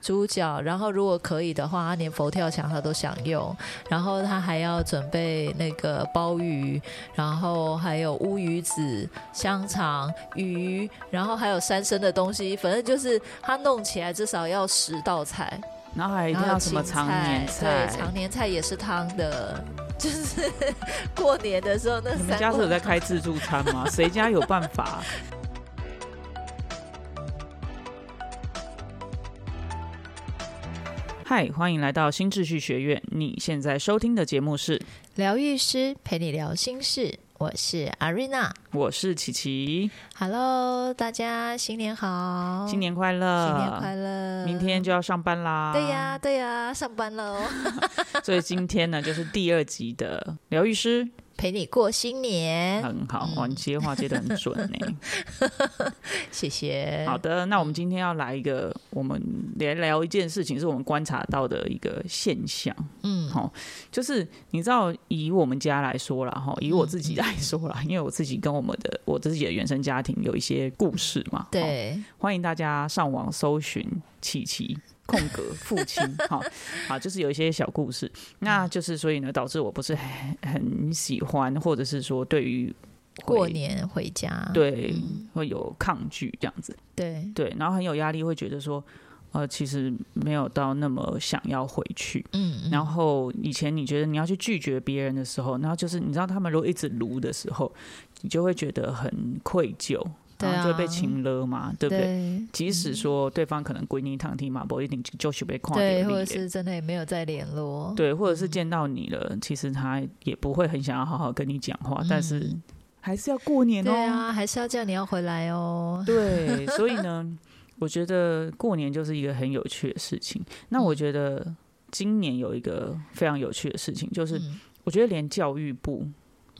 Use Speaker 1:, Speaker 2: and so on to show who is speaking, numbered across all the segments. Speaker 1: 猪脚，然后如果可以的话，他连佛跳墙他都想用，然后他还要准备那个鲍鱼，然后还有乌鱼子、香肠、鱼，然后还有三生的东西，反正就是他弄起来至少要十道菜，
Speaker 2: 然后还一定哎要什么常年
Speaker 1: 菜，对，常年菜也是汤的。就是过年的时候，那
Speaker 2: 你们
Speaker 1: 三
Speaker 2: 家是有
Speaker 1: 锅
Speaker 2: 在开自助餐 吗？谁家有办法啊、嗨，欢迎来到新秩序学院。你现在收听的节目是，
Speaker 1: 疗愈师陪你聊心事，我是阿瑞娜。
Speaker 2: 我是琪琪，
Speaker 1: Hello，大家新年好，
Speaker 2: 新年快乐，
Speaker 1: 哦新年快乐！
Speaker 2: 嗯明天就啊要上班啦，
Speaker 1: 对呀、对呀、上班哦喽，
Speaker 2: 所以今天呢，就是第二集的疗愈 师，
Speaker 1: 陪你过新年，
Speaker 2: 很好，哇，你接话接的很准呢、
Speaker 1: 谢谢。
Speaker 2: 好的，那我们今天要来一个，我们来聊一件事情，是我们观察到的一个现象。
Speaker 1: 嗯，
Speaker 2: 好就是你知道，以我们家来说啦，哈，以我自己来说啦， 因为我自己跟我们的我自己的原生家庭有一些故事嘛。齁，
Speaker 1: 对，
Speaker 2: 欢迎大家上网搜寻琪琪。空格父亲，好好，就是有一些小故事，那就是所以呢，导致我不是很很喜欢，或者是说对于回
Speaker 1: 过年回家，
Speaker 2: 对会有抗拒这样子。
Speaker 1: 对，
Speaker 2: 对，然后很有压力，会觉得说，呃，其实没有到那么想要回去。
Speaker 1: 嗯，
Speaker 2: 然后以前你觉得你要去拒绝别人的时候，然后就是你知道他们如果一直撸的时候，你就会觉得很愧疚，
Speaker 1: 对
Speaker 2: 然后就会被
Speaker 1: 啊
Speaker 2: 情勒嘛，对不对？
Speaker 1: 对嗯
Speaker 2: 即使说对方可能归你躺听嘛，不一定就是被跨
Speaker 1: 对，
Speaker 2: 点
Speaker 1: 或者
Speaker 2: 力。
Speaker 1: 是嗯真的也没有再联络，
Speaker 2: 对，或者是见到你了，其实他也不会很想要好好跟你讲话，但是
Speaker 1: 嗯
Speaker 2: 还是要过年哦。
Speaker 1: 对啊，还是要叫你要回来 哦。
Speaker 2: 对，所以呢，我觉得过年就是一个很有趣的事情。那我
Speaker 1: 嗯
Speaker 2: 觉得今年有一个非常有趣的事情，就是
Speaker 1: 嗯
Speaker 2: 我觉得连教育部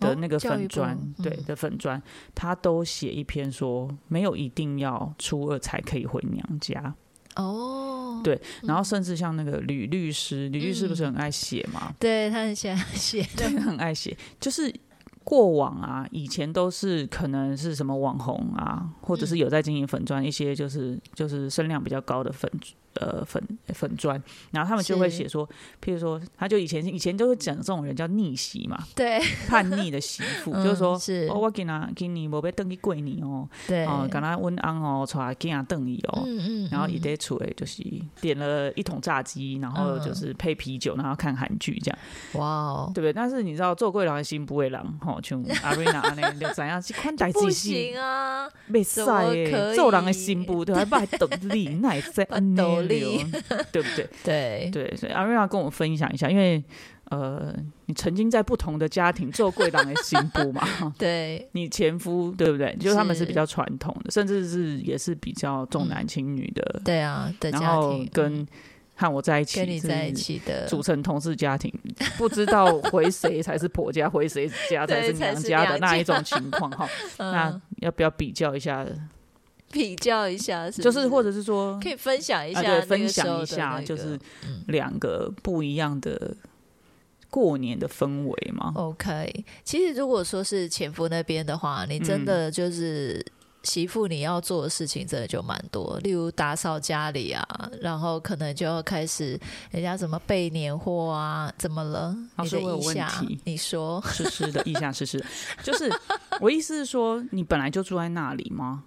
Speaker 2: 的
Speaker 1: 哦
Speaker 2: 那个
Speaker 1: 教育部
Speaker 2: 粉砖，对
Speaker 1: 嗯
Speaker 2: 的粉砖，他都写一篇说没有一定要初二才可以回娘家。
Speaker 1: 哦，
Speaker 2: 对然后甚至像那个吕律师，吕律师
Speaker 1: 嗯
Speaker 2: 不是很爱写吗？
Speaker 1: 对他很喜欢写，
Speaker 2: 对， 很爱写，就是。过往啊，以前都是可能是什么网红啊，或
Speaker 1: 嗯
Speaker 2: 者是有在经营粉砖一些就是就是声量比较高的粉呃粉粉砖，然后他们就会
Speaker 1: 是
Speaker 2: 写说，譬如说，他就以前以前就会讲这种人叫逆 袭嘛，
Speaker 1: 对
Speaker 2: 叛逆的媳妇，
Speaker 1: 嗯
Speaker 2: 就是说，
Speaker 1: 是
Speaker 2: 哦，我给他给你，我被邓去跪你哦，
Speaker 1: 对，
Speaker 2: 哦，
Speaker 1: 嗯
Speaker 2: 敢他温安哦，抓给他邓你哦，
Speaker 1: 嗯，
Speaker 2: 然后
Speaker 1: 嗯
Speaker 2: 一在出诶，就是点了一桶炸鸡，然后
Speaker 1: 嗯
Speaker 2: 就是配啤酒，然后看韩剧这样。
Speaker 1: 哇哦，
Speaker 2: 对不对？但是你知道，做贵人心不为狼，吼，像阿瑞娜安尼， 就怎样去款待
Speaker 1: 不
Speaker 2: 自己，
Speaker 1: 行啊，
Speaker 2: 袂使
Speaker 1: 怎么可
Speaker 2: 诶，
Speaker 1: 以
Speaker 2: 做人的心不对，还把斗 笠，那也在安尼
Speaker 1: 斗
Speaker 2: 了
Speaker 1: 笠，
Speaker 2: 哦对不对？
Speaker 1: 对
Speaker 2: 对，所以阿瑞娜跟我分享一下，因为呃，你曾经在不同的家庭做贵人的心不嘛，
Speaker 1: 对，
Speaker 2: 你前夫对不对？就是他们是
Speaker 1: 是
Speaker 2: 比较传统的，甚至是也是比较重男轻女的，
Speaker 1: 对啊的
Speaker 2: 然
Speaker 1: 家
Speaker 2: 后
Speaker 1: 庭嗯
Speaker 2: 跟和我在一起，
Speaker 1: 跟你在一。起的嗯
Speaker 2: 组成同事家庭，不知道回谁才是婆家，回谁家才是
Speaker 1: 对才
Speaker 2: 娘
Speaker 1: 是
Speaker 2: 家的
Speaker 1: 娘
Speaker 2: 那
Speaker 1: 家嗯
Speaker 2: 一种情 况哈。那要不要比较一下？
Speaker 1: 比较一下是不
Speaker 2: 就是或者是说，
Speaker 1: 可以分享一
Speaker 2: 啊
Speaker 1: 下、
Speaker 2: 对分享一下，就
Speaker 1: 那
Speaker 2: 是
Speaker 1: 个嗯
Speaker 2: 两个不一样的过年的氛围嘛。
Speaker 1: 哦 OK。其实如果说是前夫那边的话，你真的嗯就是。媳妇，你要做的事情真的就蛮多，例如打扫家里啊，然后可能就要开始人家怎么备年货啊，怎么了？
Speaker 2: 老
Speaker 1: 你
Speaker 2: 师
Speaker 1: 的
Speaker 2: 我有
Speaker 1: 意
Speaker 2: 问
Speaker 1: 下
Speaker 2: 题，
Speaker 1: 你说
Speaker 2: 湿湿的，意下湿湿的，就是 我意思是说，你本来就住在那里吗？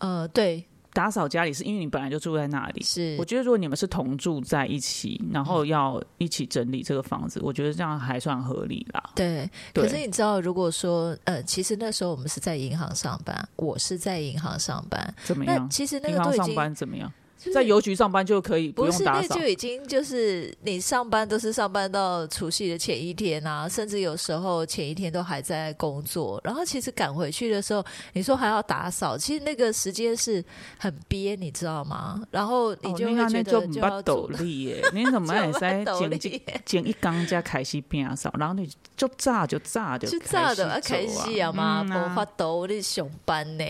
Speaker 1: 呃，对，
Speaker 2: 打扫家里是因为你本来就住在那里，
Speaker 1: 是嗯
Speaker 2: 我觉得如果你们是同住在一起，然后要一起整理这个房子，我觉得这样还算合理啦。
Speaker 1: 对，
Speaker 2: 对
Speaker 1: 可是你知道，如果说呃，其实那时候我们是在银行上班，我是在银行上班，
Speaker 2: 怎么
Speaker 1: 那
Speaker 2: 样？
Speaker 1: 其实那
Speaker 2: 银
Speaker 1: 个都
Speaker 2: 行
Speaker 1: 已
Speaker 2: 上
Speaker 1: 经
Speaker 2: 班怎么样？
Speaker 1: 就是
Speaker 2: 在邮局上班就可以
Speaker 1: 不
Speaker 2: 用
Speaker 1: 是
Speaker 2: 打
Speaker 1: 那
Speaker 2: 扫
Speaker 1: 就，已经就是你上班都是上班到除夕的前一天啊，甚至有时候前一天都还在工作，然后其实赶回去的时候，你说还要打扫，其实那个时间是很憋，你知道吗？然后你就
Speaker 2: 哦
Speaker 1: 会
Speaker 2: 那
Speaker 1: 觉
Speaker 2: 就
Speaker 1: 得
Speaker 2: 不
Speaker 1: 就
Speaker 2: 把
Speaker 1: 要
Speaker 2: 斗
Speaker 1: 煮
Speaker 2: 笠 耶，你怎么也在
Speaker 1: 斗
Speaker 2: 剪一
Speaker 1: 笠，
Speaker 2: 剪一缸加开始变扫，然后你就炸就炸就
Speaker 1: 就炸的啊，开
Speaker 2: 始
Speaker 1: 始啊嘛，
Speaker 2: 嗯
Speaker 1: 无
Speaker 2: 啊
Speaker 1: 法度你上班呢，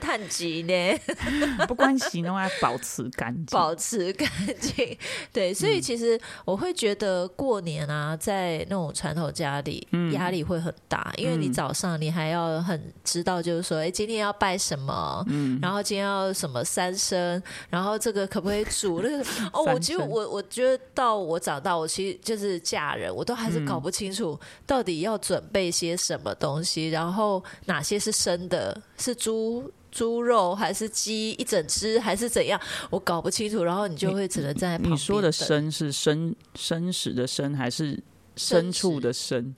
Speaker 1: 趁钱呢。
Speaker 2: 不关系，弄爱保持干净。
Speaker 1: 保持干净。对，所以其实
Speaker 2: 嗯
Speaker 1: 我会觉得过年啊，在那种传统家里，
Speaker 2: 嗯
Speaker 1: 压力会很大，因为你早上你还要很知道，就是说，哎、今天要拜什么，
Speaker 2: 嗯
Speaker 1: 然后今天要什么三牲，然后这个可不可以煮？那 个哦，我其实
Speaker 2: 三牲
Speaker 1: 我我觉得到我长大，我其实就是嫁人，我都还是搞不清楚到底要准备些什么东西，然后哪些是生的，是猪。猪肉还是鸡一整只还是怎样？我搞不清楚，然后你就会只能站在旁边
Speaker 2: 你说的“
Speaker 1: 等
Speaker 2: 生”是生生死的“生”还是牲畜的“牲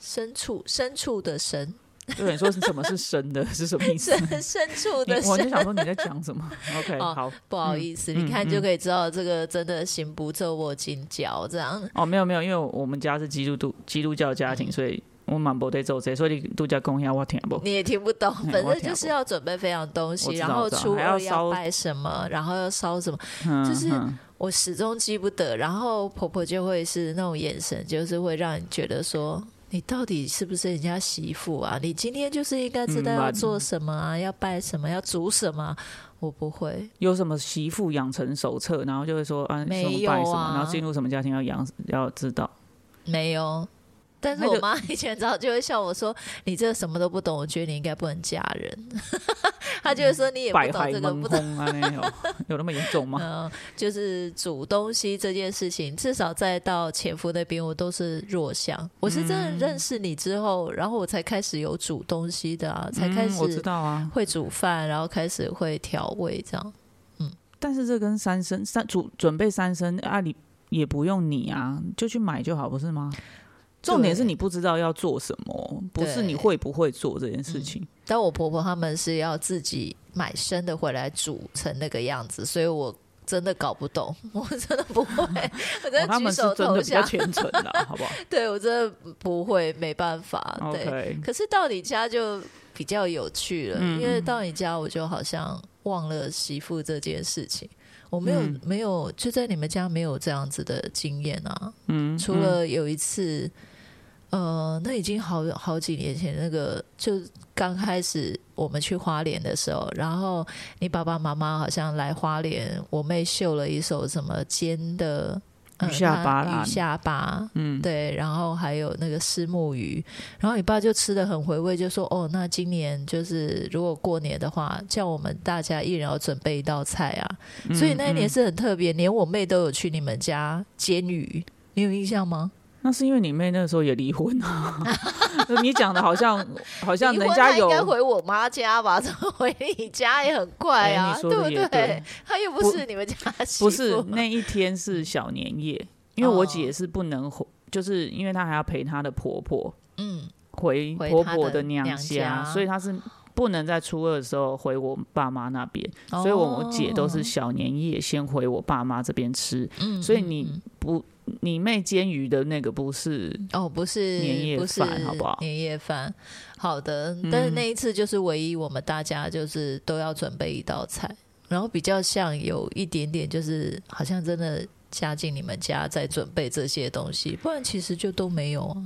Speaker 1: 深处深处的 深，”？
Speaker 2: 就你说是什么是“生”的， 是什么 意思？
Speaker 1: 深深处
Speaker 2: 你
Speaker 1: 的
Speaker 2: 我就
Speaker 1: 深。
Speaker 2: 想说你在讲什么？OK，
Speaker 1: 哦
Speaker 2: 好，
Speaker 1: 不好意思，你看就可以知道这个真的行不正我金角这样。
Speaker 2: 哦，没有没有，因为我们家是基督徒基督教家庭，
Speaker 1: 嗯
Speaker 2: 所以我蛮不对做这，所以你度假公呀，我听不懂。
Speaker 1: 你也听不懂，
Speaker 2: 嗯
Speaker 1: 反
Speaker 2: 我
Speaker 1: 正
Speaker 2: 听
Speaker 1: 就是
Speaker 2: 过
Speaker 1: 要准备非常东
Speaker 2: 我
Speaker 1: 西，
Speaker 2: 知
Speaker 1: 然
Speaker 2: 道
Speaker 1: 后
Speaker 2: 我知道
Speaker 1: 初
Speaker 2: 还要
Speaker 1: 二
Speaker 2: 烧
Speaker 1: 要拜什么，然后要烧什么，
Speaker 2: 嗯
Speaker 1: 就是
Speaker 2: 嗯
Speaker 1: 我始终记不得。然后婆婆就会是那种眼神，就是会让你觉得说，你到底是不是人家媳妇啊？你今天就是应该知道
Speaker 2: 嗯
Speaker 1: 要
Speaker 2: 蛮
Speaker 1: 做什么啊，要拜什么，要煮什么啊。我不会，
Speaker 2: 有什么媳妇养成手册，然后就会说啊，
Speaker 1: 没
Speaker 2: 什么
Speaker 1: 有
Speaker 2: 拜什
Speaker 1: 啊
Speaker 2: 么，然后进入什么家庭要养要知道。
Speaker 1: 没有。但是
Speaker 2: 那
Speaker 1: 我
Speaker 2: 就
Speaker 1: 妈 以前早就会笑我说：“你这什么都不懂，我觉得你应该不能嫁人。” 她就会说：“你也不
Speaker 2: 百
Speaker 1: 懂
Speaker 2: 害
Speaker 1: 这个，
Speaker 2: 门
Speaker 1: 不懂。”
Speaker 2: 风啊，那有有那么严重吗？
Speaker 1: 嗯，就是煮东西这件事情，至少再到前夫那边，我都是弱项。我是真的认识你之后，然后我才开始有煮东西的啊，才开
Speaker 2: 嗯我知
Speaker 1: 始
Speaker 2: 道啊，
Speaker 1: 会煮饭，然后开始会调味这样。
Speaker 2: 但是这跟三生三准准备三生啊，你也不用你啊，就去买就好，不是吗？重点是你不知道要做什么，不是你
Speaker 1: 对嗯
Speaker 2: 会不会做这件事情。
Speaker 1: 但我婆婆他们是要自己买生的回来煮成那个样子，所以我真的搞不懂， 我真的不会，我
Speaker 2: 哦
Speaker 1: 真的
Speaker 2: 他
Speaker 1: 举
Speaker 2: 们是
Speaker 1: 手
Speaker 2: 真
Speaker 1: 投
Speaker 2: 的比较
Speaker 1: 降，
Speaker 2: 虔诚的，好不好
Speaker 1: 对我真的不会，没办法，对。
Speaker 2: 哦？OK，
Speaker 1: 可是到你家就比较有趣了，
Speaker 2: 嗯
Speaker 1: 因为到你家我就好像忘了媳妇这件事情。我没有、
Speaker 2: 嗯
Speaker 1: 没有就在你们家没有这样子的经验啊，
Speaker 2: 嗯，
Speaker 1: 除了有一次，呃，那已经好好几年前，那个就刚开始我们去花莲的时候，然后你爸爸妈妈好像来花莲，我妹秀了一首什么煎的、呃、
Speaker 2: 鱼下巴啦
Speaker 1: 鱼下巴，
Speaker 2: 嗯
Speaker 1: 对，然后还有那个虱目鱼，然后你爸就吃的很回味，就说哦，那今年就是如果过年的话，叫我们大家一人要准备一道菜啊，
Speaker 2: 嗯
Speaker 1: 所以那一年
Speaker 2: 嗯
Speaker 1: 是很特别，连我妹都有去你们家煎鱼，你有印象吗？
Speaker 2: 那是因为你妹那时候也离婚啊。 你讲的好像好像
Speaker 1: 离
Speaker 2: 人
Speaker 1: 婚
Speaker 2: 家
Speaker 1: 她
Speaker 2: 有
Speaker 1: 应该回我妈家吧，怎么回你家也很怪
Speaker 2: 哎
Speaker 1: 啊，
Speaker 2: 你说
Speaker 1: 对
Speaker 2: 的
Speaker 1: 不
Speaker 2: 也
Speaker 1: 对？她又不
Speaker 2: 不
Speaker 1: 是你们家媳妇
Speaker 2: 不
Speaker 1: 哦
Speaker 2: 是那一天是小年 夜，因为我姐是不能回，就是因为她还要陪她的婆婆
Speaker 1: 嗯，
Speaker 2: 回
Speaker 1: 回
Speaker 2: 婆
Speaker 1: 她
Speaker 2: 婆
Speaker 1: 的
Speaker 2: 的娘
Speaker 1: 娘家
Speaker 2: 所以她是不能在初二的时候回我爸妈那边，所以我姐都是
Speaker 1: 哦，
Speaker 2: 小年夜先回我爸妈这边吃。
Speaker 1: 嗯
Speaker 2: 所
Speaker 1: 嗯
Speaker 2: 以
Speaker 1: 嗯
Speaker 2: 你不，你妹煎鱼的那个不是
Speaker 1: 哦，不是
Speaker 2: 年夜饭
Speaker 1: 是
Speaker 2: 好不嗯好
Speaker 1: 年夜饭，好的。但是那一次就是唯一我们大家就是都要准备一道菜，然后比较像有一点点就是好像真的嫁进你们家在准备这些东西，不然其实就都没有啊。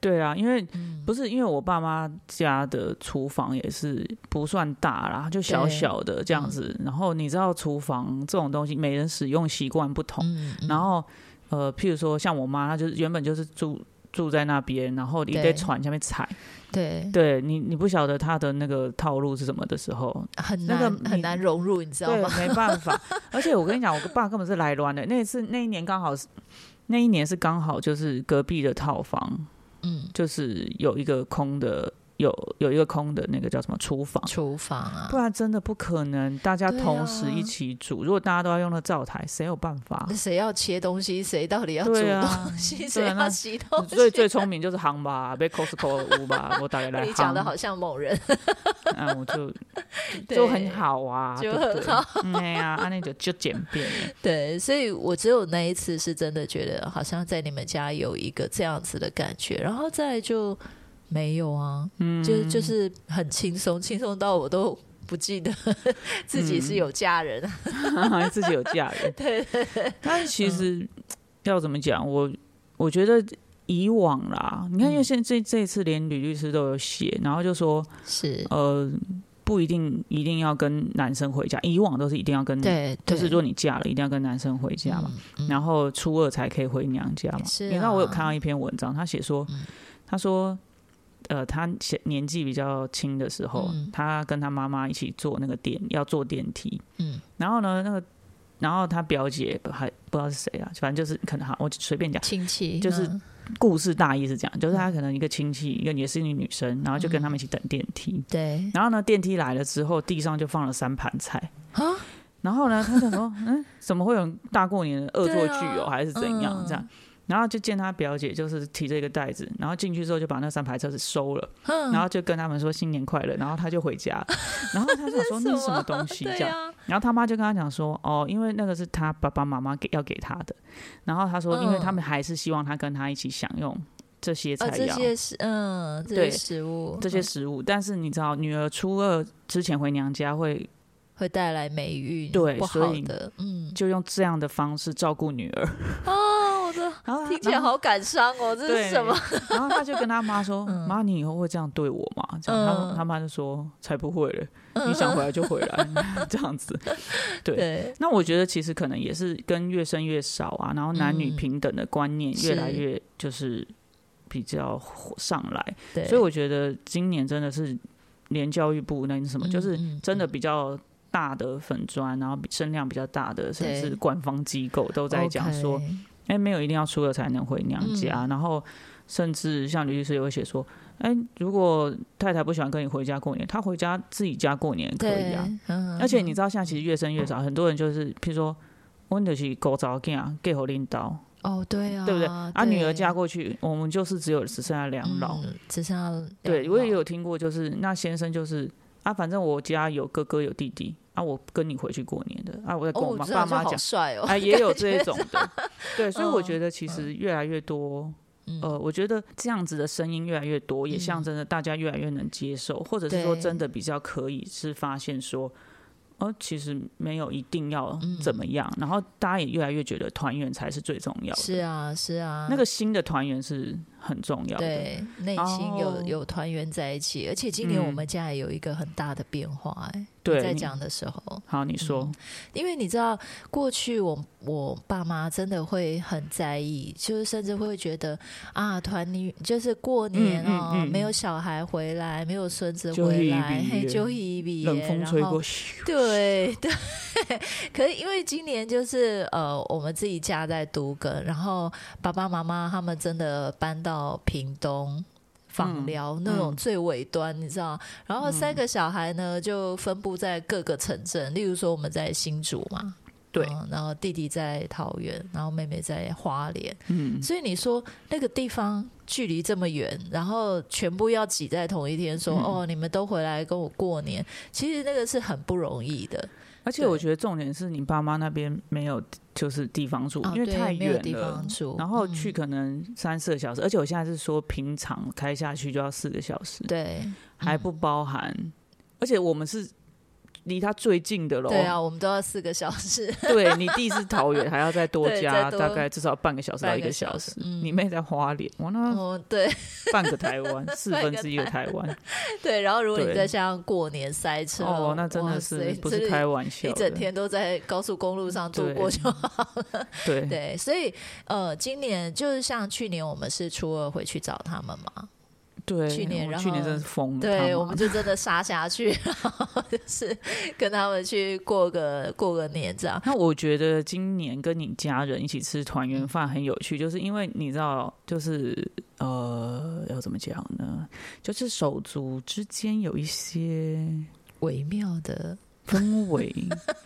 Speaker 2: 对啊，因为
Speaker 1: 嗯
Speaker 2: 不是因为我爸妈家的厨房也是不算大啦，就小
Speaker 1: 对嗯
Speaker 2: 小的这样子。然后你知道厨房这种东西，每人使用习惯不同。
Speaker 1: 嗯，嗯
Speaker 2: 哦然后呃，譬如说像我妈，她就是原本就是住住在那边，然后你
Speaker 1: 对嗯
Speaker 2: 在船下面踩，
Speaker 1: 对，
Speaker 2: 对你你不晓得她的那个套路是什么的时候，
Speaker 1: 很
Speaker 2: 那
Speaker 1: 难、
Speaker 2: 个
Speaker 1: 很
Speaker 2: 你
Speaker 1: 难融入，你知道
Speaker 2: 对
Speaker 1: 吗？，
Speaker 2: 没办法。而且我跟你讲，我爸根本是来乱的。那一次那一年刚好是那一年是刚好就是隔壁的套房，
Speaker 1: 嗯，
Speaker 2: 就是有一个空的，有有一个空的那个叫什么厨房。
Speaker 1: 厨房啊
Speaker 2: 不，然真的不可能，大家
Speaker 1: 对
Speaker 2: 同时
Speaker 1: 啊
Speaker 2: 一起煮。如果大家都要用那灶台，谁有办法？
Speaker 1: 谁要切东西，谁到底要煮
Speaker 2: 对啊
Speaker 1: 东西，
Speaker 2: 对啊
Speaker 1: 谁要
Speaker 2: 那
Speaker 1: 洗东西。
Speaker 2: 最最聪明就是夯吧，被 Costco 五吧，我打给来
Speaker 1: 你讲的好
Speaker 2: 夯，
Speaker 1: 像某人，
Speaker 2: 嗯，我 就
Speaker 1: 对
Speaker 2: 就很好啊，
Speaker 1: 就
Speaker 2: 对不
Speaker 1: 很
Speaker 2: 对
Speaker 1: 好，
Speaker 2: 嗯哎呀，安那就就简 便了，
Speaker 1: 对，所以我只有那一次是真的觉得好像在你们家有一个这样子的感觉，然后再来就没有啊，嗯，就就是很轻松，轻松到我都不记 得自己
Speaker 2: 嗯
Speaker 1: 是有家人，啊
Speaker 2: 自己有嫁人。
Speaker 1: 对嗯
Speaker 2: 但是其实要怎么讲，我我觉得以往
Speaker 1: 嗯
Speaker 2: 啦，你看，因为现在这这一次连吕律师都有写，然后就说，
Speaker 1: 是
Speaker 2: 呃，不一定一定要跟男生回家，以往都是一定要跟，
Speaker 1: 对，
Speaker 2: 嗯就是
Speaker 1: 对
Speaker 2: 如果你嫁了，一定要跟男生回家啊嘛，
Speaker 1: 嗯嗯
Speaker 2: 然后初二才可以回娘家嘛。
Speaker 1: 是
Speaker 2: 你知道我有
Speaker 1: 啊嗯
Speaker 2: 看到一篇文章，他写说，他说，呃，他写年纪比较轻的时候，
Speaker 1: 嗯
Speaker 2: 他跟他妈妈一起坐那个电，要坐电梯，
Speaker 1: 嗯，
Speaker 2: 然后呢，那个，然后他表姐还不知道是谁啊，反正就是可能好，我随便讲，
Speaker 1: 亲戚
Speaker 2: 就是
Speaker 1: 嗯
Speaker 2: 故事大意是这样，就是他可能一个亲戚，一个也是一个女生，然后
Speaker 1: 嗯
Speaker 2: 就跟他们一起等电梯，
Speaker 1: 对
Speaker 2: 然后呢，电梯来了之后，地上就放了三盘菜。
Speaker 1: 啊，
Speaker 2: 然后呢，他想说， 嗯，怎么会有人大过年的恶作剧
Speaker 1: 对
Speaker 2: 哦，
Speaker 1: 啊
Speaker 2: 还是怎样、
Speaker 1: 嗯
Speaker 2: 这样？然后就见他表姐，就是提着一个袋子，然后进去之后就把那三排车子收了，
Speaker 1: 嗯
Speaker 2: 然后就跟他们说新年快乐，然后他就回家 了，然后他想说那是什么东西这
Speaker 1: 对
Speaker 2: 样，
Speaker 1: 啊，
Speaker 2: 然后他妈就跟他讲说，哦，因为那个是他爸爸妈妈给要给他的，然后他说，因为他们还是希望他跟他一起享用这些菜
Speaker 1: 嗯哦，这
Speaker 2: 肴、
Speaker 1: 些是嗯，这
Speaker 2: 对
Speaker 1: 些食物，
Speaker 2: 这些
Speaker 1: 嗯
Speaker 2: 食物，但是你知道，女儿初二之前回娘家会
Speaker 1: 会带来霉运，
Speaker 2: 对
Speaker 1: 不
Speaker 2: 所
Speaker 1: 好
Speaker 2: 以
Speaker 1: 的，嗯，
Speaker 2: 就用这样的方式照顾女儿，
Speaker 1: 哦，我的
Speaker 2: 啊然后
Speaker 1: 听起来好感伤哦，这
Speaker 2: 对
Speaker 1: 是什么？？
Speaker 2: 然后他就跟他妈说：“
Speaker 1: 嗯
Speaker 2: 妈、你以后会这样对我吗？”这样，他
Speaker 1: 嗯
Speaker 2: 他妈就说：“才不会嘞，你想回来就回
Speaker 1: 嗯
Speaker 2: 来，这样子。”对。
Speaker 1: 对，
Speaker 2: 那我觉得其实可能也是跟越生越少啊，然后男女
Speaker 1: 嗯
Speaker 2: 平等的观念越来
Speaker 1: 是
Speaker 2: 越就是比较上来，
Speaker 1: 对，
Speaker 2: 所以我觉得今年真的是连教育部那什么，
Speaker 1: 嗯
Speaker 2: 就是
Speaker 1: 嗯
Speaker 2: 真的比较大的粉砖，然后比声量比较大的，甚
Speaker 1: 对
Speaker 2: 至官方机构都在讲说，
Speaker 1: OK，嗯
Speaker 2: 哎、没有一定要初二才能回娘家，然后甚至像吕律师也会写说，哎、如果太太不喜欢跟你回家过年，她回家自己家过年也可以
Speaker 1: 对
Speaker 2: 啊。，
Speaker 1: 嗯
Speaker 2: 而且你知道，现在其实越生越少，很多人就是，譬如说，我们就是狗早给啊，给侯领导，
Speaker 1: 哦，对啊，
Speaker 2: 对不对？啊，女儿嫁
Speaker 1: 过
Speaker 2: 过去，我们就是只有只剩下两老。
Speaker 1: 只剩下两
Speaker 2: 对，我也
Speaker 1: 老
Speaker 2: 有听过，就是那先生就是啊，反正我家有哥哥有弟弟啊，我跟你回去过年的啊，我在
Speaker 1: 哦，
Speaker 2: 跟我
Speaker 1: 我
Speaker 2: 妈
Speaker 1: 知
Speaker 2: 爸
Speaker 1: 道
Speaker 2: 妈
Speaker 1: 就好
Speaker 2: 讲，
Speaker 1: 帅哦，
Speaker 2: 哎，也有 这一种的，对，所以
Speaker 1: 嗯
Speaker 2: 我觉得其实越来越多，
Speaker 1: 嗯
Speaker 2: 呃，我觉得这样子的声音越来越多，也象征着大家越来越能接受，或者是说
Speaker 1: 对
Speaker 2: 真的比较可以是发现说。哦，其实没有一定要怎
Speaker 1: 嗯
Speaker 2: 么样，然后大家也越来越觉得团圆才是最重要的。
Speaker 1: 是啊，是啊，
Speaker 2: 那个新的团圆是很重要的。哦
Speaker 1: 对内
Speaker 2: 然
Speaker 1: 心
Speaker 2: 后
Speaker 1: 有有团圆在一起，而且今年我
Speaker 2: 嗯
Speaker 1: 们家也有一个很大的变化，哎，
Speaker 2: 对
Speaker 1: 你在
Speaker 2: 你
Speaker 1: 讲的时候，
Speaker 2: 好，你说，
Speaker 1: 因为你知道，过去我我爸妈真的会很在意，就是甚至会觉得啊，团年就是过年哦，
Speaker 2: 嗯嗯嗯
Speaker 1: 没有小孩回来，没有孙子
Speaker 2: 就
Speaker 1: 回
Speaker 2: 一
Speaker 1: 来
Speaker 2: 笔，
Speaker 1: 嘿，
Speaker 2: 耶
Speaker 1: 就一笔
Speaker 2: 冷
Speaker 1: 耶
Speaker 2: 风
Speaker 1: 然
Speaker 2: 吹
Speaker 1: 后
Speaker 2: 过，咻
Speaker 1: 对 对，可是因为今年就是呃，我们自己家在都根，然后爸爸妈妈他们真的搬到屏东。访
Speaker 2: 嗯
Speaker 1: 寮那种
Speaker 2: 嗯
Speaker 1: 最尾端，你知道？然后三个小孩呢，就分布在各个城镇。例如说，我们在新竹嘛，
Speaker 2: 对，
Speaker 1: 嗯然后弟弟在桃园，然后妹妹在花莲。
Speaker 2: 嗯，
Speaker 1: 所以你说那个地方距离这么远，然后全部要挤在同一天说，
Speaker 2: 嗯
Speaker 1: 哦，你们都回来跟我过年，其实那个是很不容易的。
Speaker 2: 而且我
Speaker 1: 对
Speaker 2: 觉得重点是你爸妈那边没有就是地方住，
Speaker 1: 啊
Speaker 2: 因为
Speaker 1: 对
Speaker 2: 太
Speaker 1: 没有
Speaker 2: 远
Speaker 1: 地
Speaker 2: 了
Speaker 1: 方住，
Speaker 2: 然后去
Speaker 1: 嗯
Speaker 2: 可能三四个小时，而且我现在是说平常开下去就要四个小时，
Speaker 1: 对，嗯
Speaker 2: 还不包含，而且我们是离他最近的喽，
Speaker 1: 对啊，我们都要四个小时。
Speaker 2: 对你弟是桃园，还要再多
Speaker 1: 对
Speaker 2: 加
Speaker 1: 再多
Speaker 2: 大概至少半个小时到
Speaker 1: 半
Speaker 2: 一
Speaker 1: 个
Speaker 2: 个
Speaker 1: 小
Speaker 2: 小
Speaker 1: 时
Speaker 2: 时，
Speaker 1: 嗯
Speaker 2: 你妹在花莲，我那
Speaker 1: 哦，对
Speaker 2: 半个台 湾，四
Speaker 1: 半
Speaker 2: 分
Speaker 1: 个
Speaker 2: 之一个台 湾，
Speaker 1: 对，然后如果你
Speaker 2: 对
Speaker 1: 在像过年塞车，
Speaker 2: 哦，那真
Speaker 1: 哇
Speaker 2: 的
Speaker 1: 塞
Speaker 2: 是不
Speaker 1: 真
Speaker 2: 是
Speaker 1: 的
Speaker 2: 开玩笑
Speaker 1: 一
Speaker 2: 的，
Speaker 1: 整天都在高速公路上度过
Speaker 2: 对
Speaker 1: 就好了。
Speaker 2: 对
Speaker 1: 对，所以呃，今年就是像去年我们是初二回去找他们嘛，
Speaker 2: 对，
Speaker 1: 去年
Speaker 2: 我
Speaker 1: 然
Speaker 2: 去年
Speaker 1: 后
Speaker 2: 真的是疯了，嗯他
Speaker 1: 对，
Speaker 2: 妈
Speaker 1: 我们就真的杀下去， 然后就是跟他们去过个过个年这样。
Speaker 2: 那我觉得今年跟你家人一起吃团圆饭很有趣，就是因为你知道，就是呃，要怎么讲呢？就是手足之间有一些
Speaker 1: 微妙的，
Speaker 2: 氛围，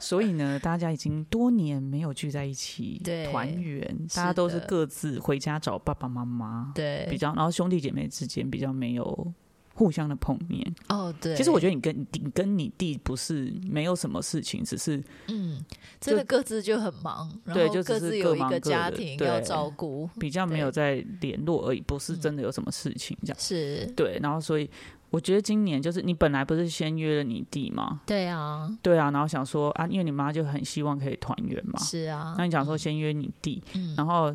Speaker 2: 所以呢，大家已经多年没有聚在一起
Speaker 1: 对
Speaker 2: 团圆，
Speaker 1: 是
Speaker 2: 大家都是
Speaker 1: 的
Speaker 2: 各自回家找爸爸妈妈，比
Speaker 1: 对，
Speaker 2: 较，然后兄弟姐妹之间比较没有。互相的碰面，
Speaker 1: 哦，对，
Speaker 2: 其实我
Speaker 1: 觉
Speaker 2: 觉得你跟你跟你弟不是没有什么事情，只是
Speaker 1: 得，嗯，真的各自就很忙，然
Speaker 2: 对
Speaker 1: 后
Speaker 2: 就只
Speaker 1: 各
Speaker 2: 是
Speaker 1: 自
Speaker 2: 各
Speaker 1: 有一
Speaker 2: 忙
Speaker 1: 个
Speaker 2: 各
Speaker 1: 家
Speaker 2: 的
Speaker 1: 庭
Speaker 2: 对
Speaker 1: 要照顾，
Speaker 2: 比较没有在联络而已，不是
Speaker 1: 嗯
Speaker 2: 真的有什么事情这样。
Speaker 1: 是，
Speaker 2: 对，然后所以我觉得今年就是你本来不是先约了你弟吗？
Speaker 1: 对啊，
Speaker 2: 对啊，然后想说啊，因为你妈就很希望可以团圆嘛，
Speaker 1: 是啊
Speaker 2: 那，你讲说先约你弟，
Speaker 1: 嗯
Speaker 2: 然后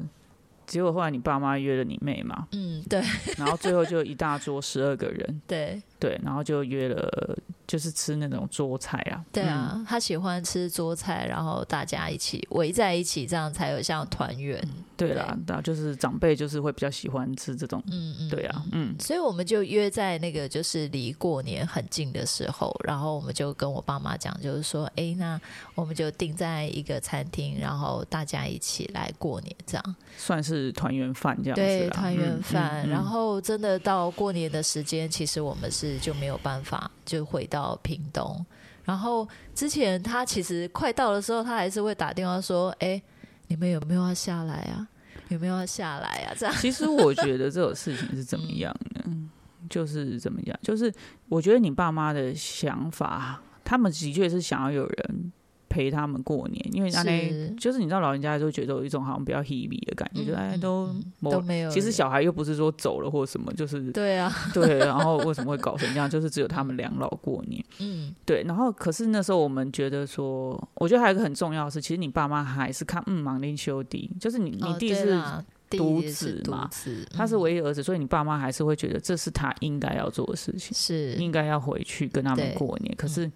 Speaker 2: 结果后来你爸妈约了你妹嘛，
Speaker 1: 嗯，对
Speaker 2: 然后最后就一大桌十二个人，
Speaker 1: 对，
Speaker 2: 对，然后就约了，就是吃那种桌菜啊。
Speaker 1: 对啊，他喜欢吃桌菜，然后大家一起围在一起，这样才有像团圆。
Speaker 2: 嗯，对啦，那就是长辈就是会比较喜欢吃这种，
Speaker 1: 嗯嗯，
Speaker 2: 对啊，嗯，
Speaker 1: 所以我们就约在那个就是离过年很近的时候，然后我们就跟我爸妈讲，就是说，哎，那我们就定在一个餐厅，然后大家一起来过年这样。
Speaker 2: 算是团圆饭这样子啦。
Speaker 1: 对，团圆饭。
Speaker 2: 嗯嗯嗯
Speaker 1: 然后真的到过年的时间，其实我们是就没有办法就回到屏东。然后之前他其实快到的时候，他还是会打电话说：“哎，你们有没有要下来啊？有没有要下来啊？”这样。
Speaker 2: 其实我觉得这种事情是怎么样呢？
Speaker 1: 嗯
Speaker 2: 就是怎么样？就是我觉得你爸妈的想法，他们的确是想要有人陪他们过年，因为那
Speaker 1: 是嗯
Speaker 2: 就是你知道老人家就觉得有一种好像比较 hebe 的感觉，就哎都
Speaker 1: 都
Speaker 2: 某。
Speaker 1: 没有人。
Speaker 2: 其实小孩又不是说走了或什么，就是
Speaker 1: 对啊，
Speaker 2: 对，然后为什么会搞成这样？就是只有他们两老过年，
Speaker 1: 嗯，
Speaker 2: 对。然后可是那时候我们觉得说，我觉得还有一个很重要的是，其实你爸妈还是看嗯忙丁修弟，就是你你
Speaker 1: 哦
Speaker 2: 弟
Speaker 1: 对
Speaker 2: 是
Speaker 1: 啦弟
Speaker 2: 独
Speaker 1: 也是
Speaker 2: 子
Speaker 1: 独
Speaker 2: 嘛
Speaker 1: 子
Speaker 2: 他是
Speaker 1: 嗯
Speaker 2: 唯一儿子，所以你爸妈还是会觉得这是他应该要做的事情，
Speaker 1: 是
Speaker 2: 应该要回去跟他们
Speaker 1: 对嗯
Speaker 2: 过年。可是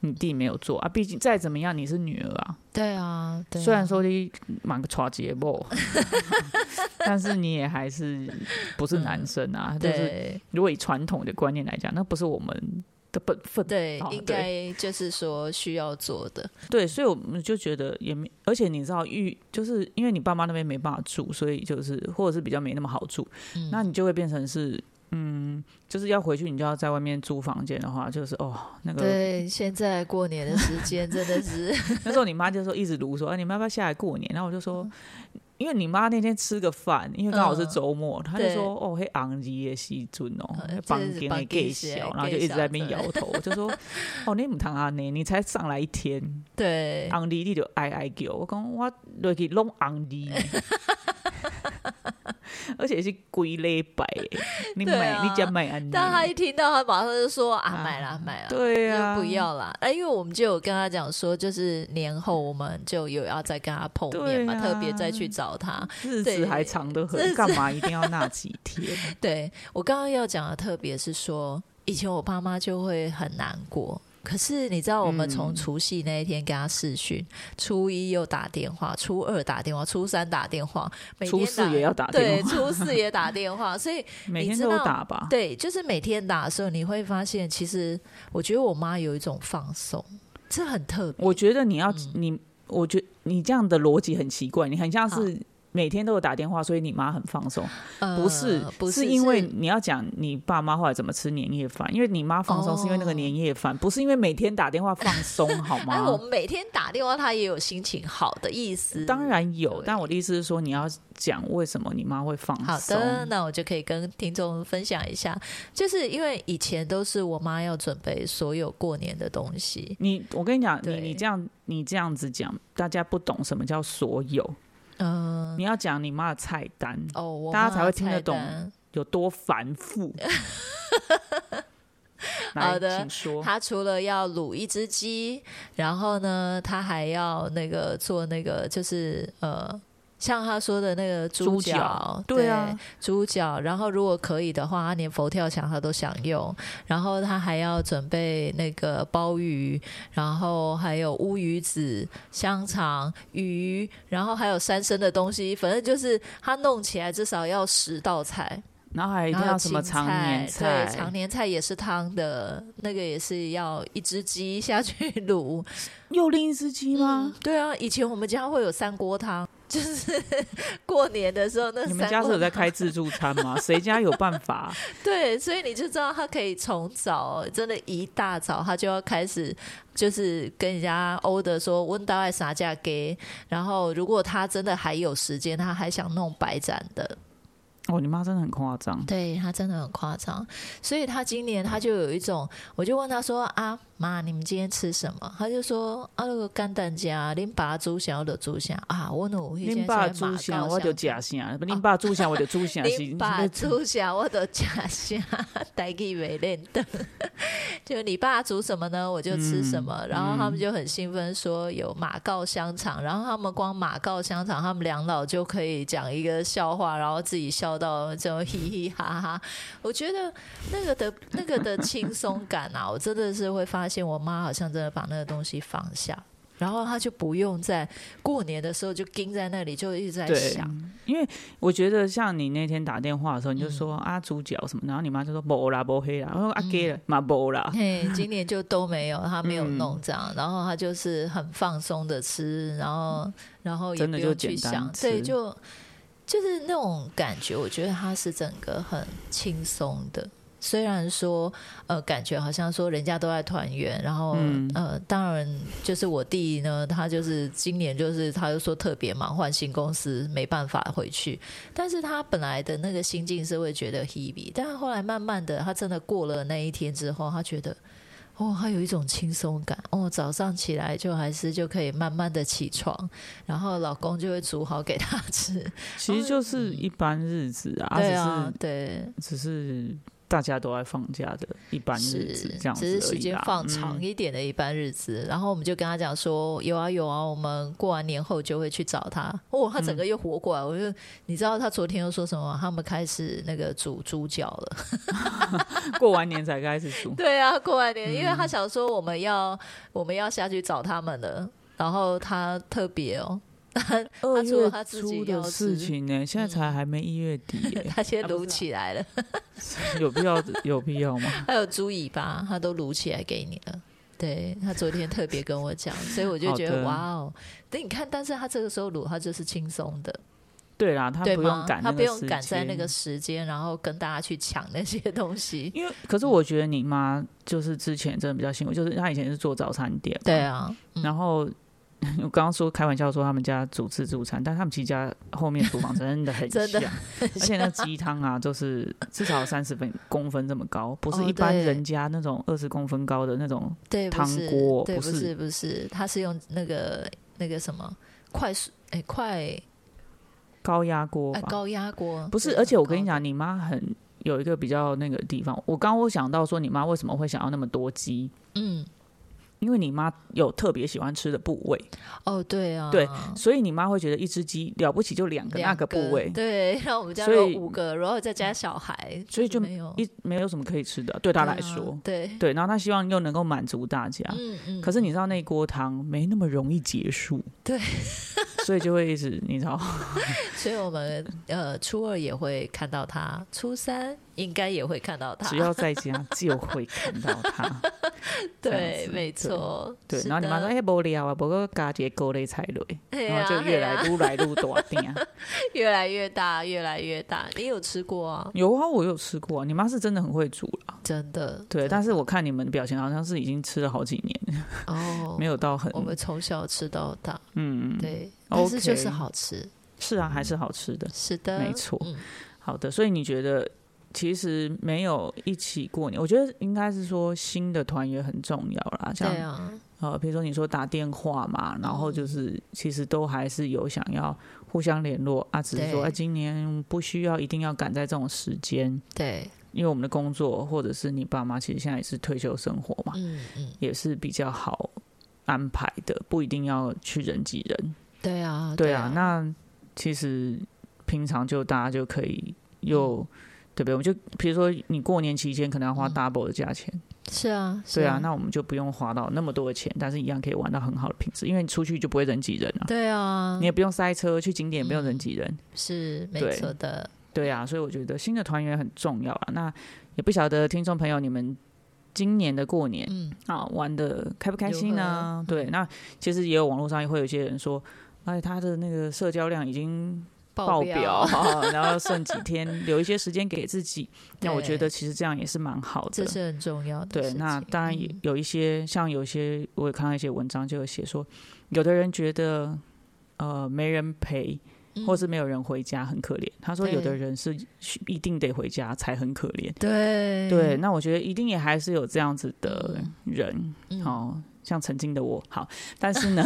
Speaker 2: 你弟没有做啊，毕竟再怎么样你是女儿啊，
Speaker 1: 对啊，对啊
Speaker 2: 虽然说你满个耍节目， 但是你也还是不是男生啊。就
Speaker 1: 嗯
Speaker 2: 是
Speaker 1: 对
Speaker 2: 如果以传统的观念来讲，那不是我们的本分。
Speaker 1: 对
Speaker 2: 哦，
Speaker 1: 应该
Speaker 2: 对
Speaker 1: 就是说需要做的，
Speaker 2: 对，所以我们就觉得也没，而且你知道，遇就是因为你爸妈那边没办法住，所以就是或者是比较没那么好住，
Speaker 1: 嗯
Speaker 2: 那你就会变成是，嗯，就是要回去，你就要在外面租房间的话，就是哦，那个
Speaker 1: 对，现在过年的时间真的 是
Speaker 2: 那时候你妈就说一直如说，哎，你们要不要下来过年？然后我就说，
Speaker 1: 嗯
Speaker 2: 因为你妈那天吃个饭，因为刚好是周末，她就
Speaker 1: 对
Speaker 2: 说哦，嘿，昂吉耶西尊哦
Speaker 1: 嗯，
Speaker 2: 房
Speaker 1: 这是
Speaker 2: 间
Speaker 1: 房
Speaker 2: 还
Speaker 1: 间
Speaker 2: 给
Speaker 1: 是
Speaker 2: 小，
Speaker 1: 给
Speaker 2: 然后就一直
Speaker 1: 小
Speaker 2: 在那边
Speaker 1: 对
Speaker 2: 摇头，我就 说哦，你唔通啊你，你才上来一天，
Speaker 1: 对，
Speaker 2: 昂利你就哀哀叫，我讲我落去拢昂 利，而且是规礼拜的，你
Speaker 1: 对
Speaker 2: 买、
Speaker 1: 啊
Speaker 2: 你才买安尼，
Speaker 1: 但他一听到，他马上就说啊，
Speaker 2: 啊
Speaker 1: 买啦买啦，
Speaker 2: 对啊
Speaker 1: 就
Speaker 2: 呀、
Speaker 1: 不要啦。哎，因为我们就有跟他讲说，就是年后我们就有要再跟他碰面嘛，
Speaker 2: 对啊
Speaker 1: 特别再去找他。
Speaker 2: 日
Speaker 1: 对
Speaker 2: 子还长得
Speaker 1: 日
Speaker 2: 很，
Speaker 1: 子
Speaker 2: 干嘛一定要那几 天？
Speaker 1: 对我刚刚要讲的，特别是说，以前我爸妈就会很难过。可是你知道，我们从
Speaker 2: 嗯
Speaker 1: 除夕那一天跟他视讯，初一又打电话，初二打电话，初三打电话，每天
Speaker 2: 初四也要打
Speaker 1: 对，
Speaker 2: 电话
Speaker 1: 初四也打电话， 所以
Speaker 2: 每天
Speaker 1: 知
Speaker 2: 都
Speaker 1: 道
Speaker 2: 打吧？
Speaker 1: 对，就是每天打的时候，你会发现，其实我觉得我妈有一种放松，这很特别。
Speaker 2: 我觉得你要、
Speaker 1: 嗯
Speaker 2: 你，我觉你这样的逻辑很奇怪，你很像是。每天都有打电话，所以你妈很放松。
Speaker 1: 呃
Speaker 2: 不是，
Speaker 1: 不
Speaker 2: 是
Speaker 1: 是
Speaker 2: 因为你要讲你爸妈后来怎么吃年夜饭，因为你妈放松是因为那个
Speaker 1: 哦
Speaker 2: 年夜饭，不是因为每天打电话放松， 好吗？
Speaker 1: 哎，我们每天打电话，她也有心情好的意思。
Speaker 2: 当。然有
Speaker 1: 对，
Speaker 2: 但我的意思是说，你要讲为什么你妈会放
Speaker 1: 好
Speaker 2: 松。
Speaker 1: 的，那我就可以跟听众分享一下，就是因为以前都是我妈要准备所有过年的东西，
Speaker 2: 你，我跟你讲，你
Speaker 1: 对
Speaker 2: 你这样你这样子讲，大家不懂什么叫所有。
Speaker 1: 嗯、
Speaker 2: 你要讲你妈的菜单
Speaker 1: 哦，我
Speaker 2: 大家
Speaker 1: 妈
Speaker 2: 才
Speaker 1: 的
Speaker 2: 会听得
Speaker 1: 菜
Speaker 2: 懂
Speaker 1: 单
Speaker 2: 有多繁 复。来
Speaker 1: 好的
Speaker 2: 请说。
Speaker 1: 他除了要卤一只鸡，然后呢，他还要那个做那个就是呃。像他说的那个猪
Speaker 2: 猪脚
Speaker 1: 对
Speaker 2: 对啊，
Speaker 1: 猪脚。然后如果可以的话，他连佛跳墙他都想用。然后他还要准备那个鲍鱼，然后还有乌鱼子、香肠、鱼，然后还有三生的东西。反正就是他弄起来至少要十道菜。
Speaker 2: 然后还一定
Speaker 1: 然后
Speaker 2: 哎要什么
Speaker 1: 芹
Speaker 2: 常年
Speaker 1: 对，常年菜也是汤的，那个也是要一只鸡下去卤。
Speaker 2: 又另一只鸡吗？
Speaker 1: 对啊，以前我们家会有三锅汤，就是 过年的时候那
Speaker 2: 你
Speaker 1: 三
Speaker 2: 们
Speaker 1: 锅
Speaker 2: 家
Speaker 1: 汤。
Speaker 2: 是有在开自助餐吗？谁家有办法？
Speaker 1: 对，所以你就知道他可以从早，真的，一大早他就要开始，就是跟人家 order 说温到爱啥价给，然后如果他真的还有时间，他还想弄白斩的，
Speaker 2: 哦，你妈真的很夸张。
Speaker 1: 对他真的很夸张，所以他今年他就有一种，我就问他说啊，妈，你们今天吃什么？”他就说：“啊，那个干蛋家，恁爸煮啥我就煮啥啊，我努力。”
Speaker 2: 恁爸煮
Speaker 1: 啥
Speaker 2: 我就吃啥，恁爸煮啥我 就煮啥，
Speaker 1: 恁哦爸煮啥我就吃啥，台语没练的。 就你爸煮什么呢，我就吃什么。然后他们就很兴奋说有马告香肠，然后他们光马告香肠，他们两老就可以讲一个笑话，然后自己笑到就嘻嘻哈哈。我觉得那个的那个的轻松感啊， 我真的是会发现，我妈好像真的把那个东西放下，然后她就不用在过年的时候就盯在那里，就一直 在想。
Speaker 2: 因为我觉得像你那天打电话的时候，你
Speaker 1: 嗯
Speaker 2: 就说、啊猪脚什么，然后你妈就说无啦无黑啦，我说啊给了嘛无啦，
Speaker 1: 嘿，今年就都没有，她没有
Speaker 2: 嗯
Speaker 1: 弄这样，然后她就是很放松的吃，然后然后也
Speaker 2: 真
Speaker 1: 不
Speaker 2: 的
Speaker 1: 用
Speaker 2: 就
Speaker 1: 去
Speaker 2: 简单
Speaker 1: 想，
Speaker 2: 吃
Speaker 1: 对，就就是那种感觉，我觉得它是整个很轻松的。虽然说，呃，感觉好像说人家都在团圆，然后、
Speaker 2: 嗯
Speaker 1: 呃，当然就是我弟呢，他就是今年就是他就说特别忙，换新公司没办法回去，但是他本来的那个心境是会觉得 hebe，但是后来慢慢的，他真的过了那一天之后，他觉得。哦，他有一种轻松感哦，早上起来就还是就可以慢慢的起床，然后老公就会煮好给他吃。
Speaker 2: 其实就是一般日子啊，
Speaker 1: 嗯对
Speaker 2: 只
Speaker 1: 啊
Speaker 2: 是，
Speaker 1: 对，
Speaker 2: 只是大家都在放假的一般日
Speaker 1: 是
Speaker 2: 子这样子而
Speaker 1: 只
Speaker 2: 已啦，
Speaker 1: 是
Speaker 2: 嗯
Speaker 1: 时间放长一点的一般日子。然后我们就跟他讲说，有啊有啊，我们过完年后就会去找他。哦，他整
Speaker 2: 嗯
Speaker 1: 个又活过来。我就你知道他昨天又说什么吗？他们开始那个煮猪脚了。。
Speaker 2: 嗯过完年才开始煮
Speaker 1: 对啊，过完年，因为
Speaker 2: 嗯
Speaker 1: 他想说我们要我们要下去找他们了，然后他特别哦，
Speaker 2: 二
Speaker 1: 除了
Speaker 2: 月
Speaker 1: 他自己
Speaker 2: 初
Speaker 1: 要
Speaker 2: 的事
Speaker 1: 吃嗯
Speaker 2: 情呢、现在才还没一月底、耶
Speaker 1: 他先
Speaker 2: 啊不是
Speaker 1: 撸起来 了，
Speaker 2: 有必要有必要吗？
Speaker 1: 还有猪尾巴，他都撸起来给你了。对他昨天特别跟我讲，所以我就觉
Speaker 2: 好
Speaker 1: 得
Speaker 2: 的
Speaker 1: 哇哦，对，你看，但是他这个时候撸，他就是轻松的，
Speaker 2: 对啦，他
Speaker 1: 对
Speaker 2: 不用
Speaker 1: 吗？
Speaker 2: 赶，
Speaker 1: 他不用赶在那个。时间，然后跟大家去抢那些东西。
Speaker 2: 因为，可是我觉得你妈就是之前真的比较辛苦，就是她以前是做早餐店，
Speaker 1: 对，啊，
Speaker 2: 然后我刚刚说开玩笑说他们家煮自助餐，但他们其实家后面厨房真的 很
Speaker 1: 真的
Speaker 2: 像而且那鸡汤啊，就是至少三十分公分这么高，不是
Speaker 1: 哦
Speaker 2: 一般
Speaker 1: 对
Speaker 2: 人家那种二十公分高的那种。
Speaker 1: 对，不
Speaker 2: 汤
Speaker 1: 是
Speaker 2: 锅
Speaker 1: 对，
Speaker 2: 不
Speaker 1: 不
Speaker 2: 是
Speaker 1: 是不是，他是用那个那个什么快速哎快
Speaker 2: 高压锅
Speaker 1: 哎，
Speaker 2: 吧。
Speaker 1: 高压锅
Speaker 2: 不是，而且我跟你，讲，你妈很有一个比较那个地方。我刚刚我想到说，你妈为什么会想要那么多鸡？
Speaker 1: 嗯，
Speaker 2: 因为你妈有特别喜欢吃的部位，
Speaker 1: 哦，对啊，
Speaker 2: 对所以你妈会觉得一只鸡了不起就两个那
Speaker 1: 两
Speaker 2: 个部位，
Speaker 1: 对， 然后我们家
Speaker 2: 所
Speaker 1: 有
Speaker 2: 以嗯
Speaker 1: 五个，然后再加小孩，
Speaker 2: 所以就
Speaker 1: 没有
Speaker 2: 一没有什么可以吃的，对她来
Speaker 1: 对
Speaker 2: 说
Speaker 1: 啊，对，
Speaker 2: 对。然后她希望又能够满足大家，
Speaker 1: 嗯嗯，
Speaker 2: 可是你知道那锅汤没那么容易结束，
Speaker 1: 对，
Speaker 2: 所以就会一直你知道，
Speaker 1: 所以我们呃初二也会看到他，初三应该也会看到他，
Speaker 2: 只要在家就会看到 她。这
Speaker 1: 对
Speaker 2: 样，子
Speaker 1: 没错，
Speaker 2: 对，
Speaker 1: 是
Speaker 2: 然后你妈说：“
Speaker 1: 的
Speaker 2: 哎，无聊啊，不过加一个高类菜类。”
Speaker 1: 嘿
Speaker 2: 然
Speaker 1: 啊
Speaker 2: 后就越来
Speaker 1: 嘿啊
Speaker 2: 越来越 大点。
Speaker 1: 越来越大，越来越大，你有吃过啊？
Speaker 2: 有啊，我有吃过、啊，你妈是真的很会煮啦。
Speaker 1: 真的，
Speaker 2: 对，
Speaker 1: 真
Speaker 2: 但是我看你们的表情好像是已经吃了好几年，
Speaker 1: 哦，
Speaker 2: 没有到很
Speaker 1: 我们从小吃到大，
Speaker 2: 嗯，
Speaker 1: 对，但是就是
Speaker 2: OK
Speaker 1: 好吃，
Speaker 2: 是啊，还是好吃的。
Speaker 1: 是的，
Speaker 2: 没错
Speaker 1: 嗯
Speaker 2: 好的，所以你觉得其实没有一起过年，我觉得应该是说新的团圆很重要啦。像
Speaker 1: 对啊，嗯
Speaker 2: 呃，比如说你说打电话嘛，然后就是其实都还是有想要互相联络啊，只是说
Speaker 1: 对
Speaker 2: 啊，今年不需要一定要赶在这种时间，
Speaker 1: 对，
Speaker 2: 因为我们的工作或者是你爸妈其实现在也是退休生活嘛，
Speaker 1: 嗯嗯。
Speaker 2: 也是比较好安排的，不一定要去人挤人。
Speaker 1: 对啊，
Speaker 2: 对啊，那其实平常就大家就可以又、对不对？我们就比如说你过年期间可能要花
Speaker 1: 嗯
Speaker 2: double 的价钱，
Speaker 1: 是啊，是
Speaker 2: 对啊，那我们就不用花到那么多的钱，但是一样可以玩到很好的品质，因为你出去就不会人挤人啊，
Speaker 1: 对啊
Speaker 2: 你，也不用塞车，去景点也不用人挤人。
Speaker 1: 是没
Speaker 2: 对
Speaker 1: 错的。
Speaker 2: 对啊，所以我觉得新的团员很重要啊。那也不晓得听众朋友你们今年的过年
Speaker 1: 嗯，
Speaker 2: 啊玩的开不开心呢
Speaker 1: 如？何嗯
Speaker 2: 对，那其实也有网络上会有一些人说，哎，他的那个社交量已经
Speaker 1: 哦
Speaker 2: 爆表，
Speaker 1: 表，
Speaker 2: 然后剩几天留一些时间给自己。那我觉得其实这样也是蛮好
Speaker 1: 这
Speaker 2: 的。
Speaker 1: 是很重要的事
Speaker 2: 对，
Speaker 1: 情。
Speaker 2: 那当然也
Speaker 1: 嗯
Speaker 2: 有一些，像有些我也看到一些文章就有写说，有的人觉得呃没人陪，
Speaker 1: 嗯
Speaker 2: 或是没有人回家，很可怜。他说有的人是一定得回家才很可怜。
Speaker 1: 对
Speaker 2: 对，那我觉得一定也还是有这样子的人，
Speaker 1: 嗯
Speaker 2: 哦，像曾经的我，好，但是 呢，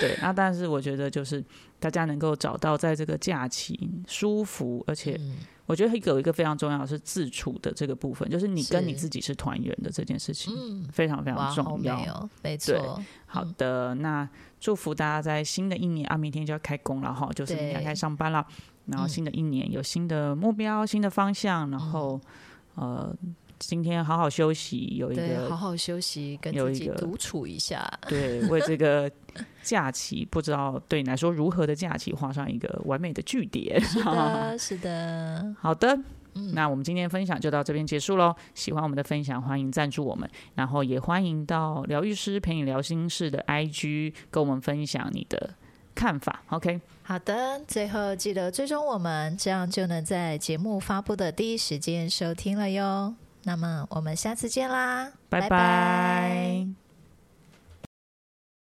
Speaker 2: 对，那但是我觉得就是大家能够找到在这个假期舒服，而且
Speaker 1: 嗯
Speaker 2: 我觉得有一个非常重要的是自处的这个部分，就是你跟
Speaker 1: 是
Speaker 2: 你自己是团圆的这件事情，
Speaker 1: 嗯，
Speaker 2: 非常非
Speaker 1: 哇，
Speaker 2: 常
Speaker 1: 好
Speaker 2: 重
Speaker 1: 美
Speaker 2: 要。
Speaker 1: 哦，嗯没错，
Speaker 2: 好的，那祝福大家在新的一年啊，明天就要开工了哈，就是明天要
Speaker 1: 对
Speaker 2: 开上班了。然后
Speaker 1: 嗯
Speaker 2: 新的一年有新的目标、新的方向，然后呃，今天好好休息，有一
Speaker 1: 对，好
Speaker 2: 个
Speaker 1: 好休息，跟
Speaker 2: 有
Speaker 1: 自
Speaker 2: 一
Speaker 1: 己
Speaker 2: 个
Speaker 1: 独处一 下。
Speaker 2: 对为这个假期，不知道对你来说如何的假期画上一个完美的句点。
Speaker 1: 是的，是的，
Speaker 2: 好的，
Speaker 1: 嗯
Speaker 2: 那我们今天分享就到这边结束喽。喜欢我们的分享，欢迎赞助我们，然后也欢迎到疗愈师陪你聊心事的 IG 跟我们分享你的看法。OK，
Speaker 1: 好的。最后记得追踪我们，这样就能在节目发布的第一时间收听了哟。那么我们下次见啦，
Speaker 2: 拜拜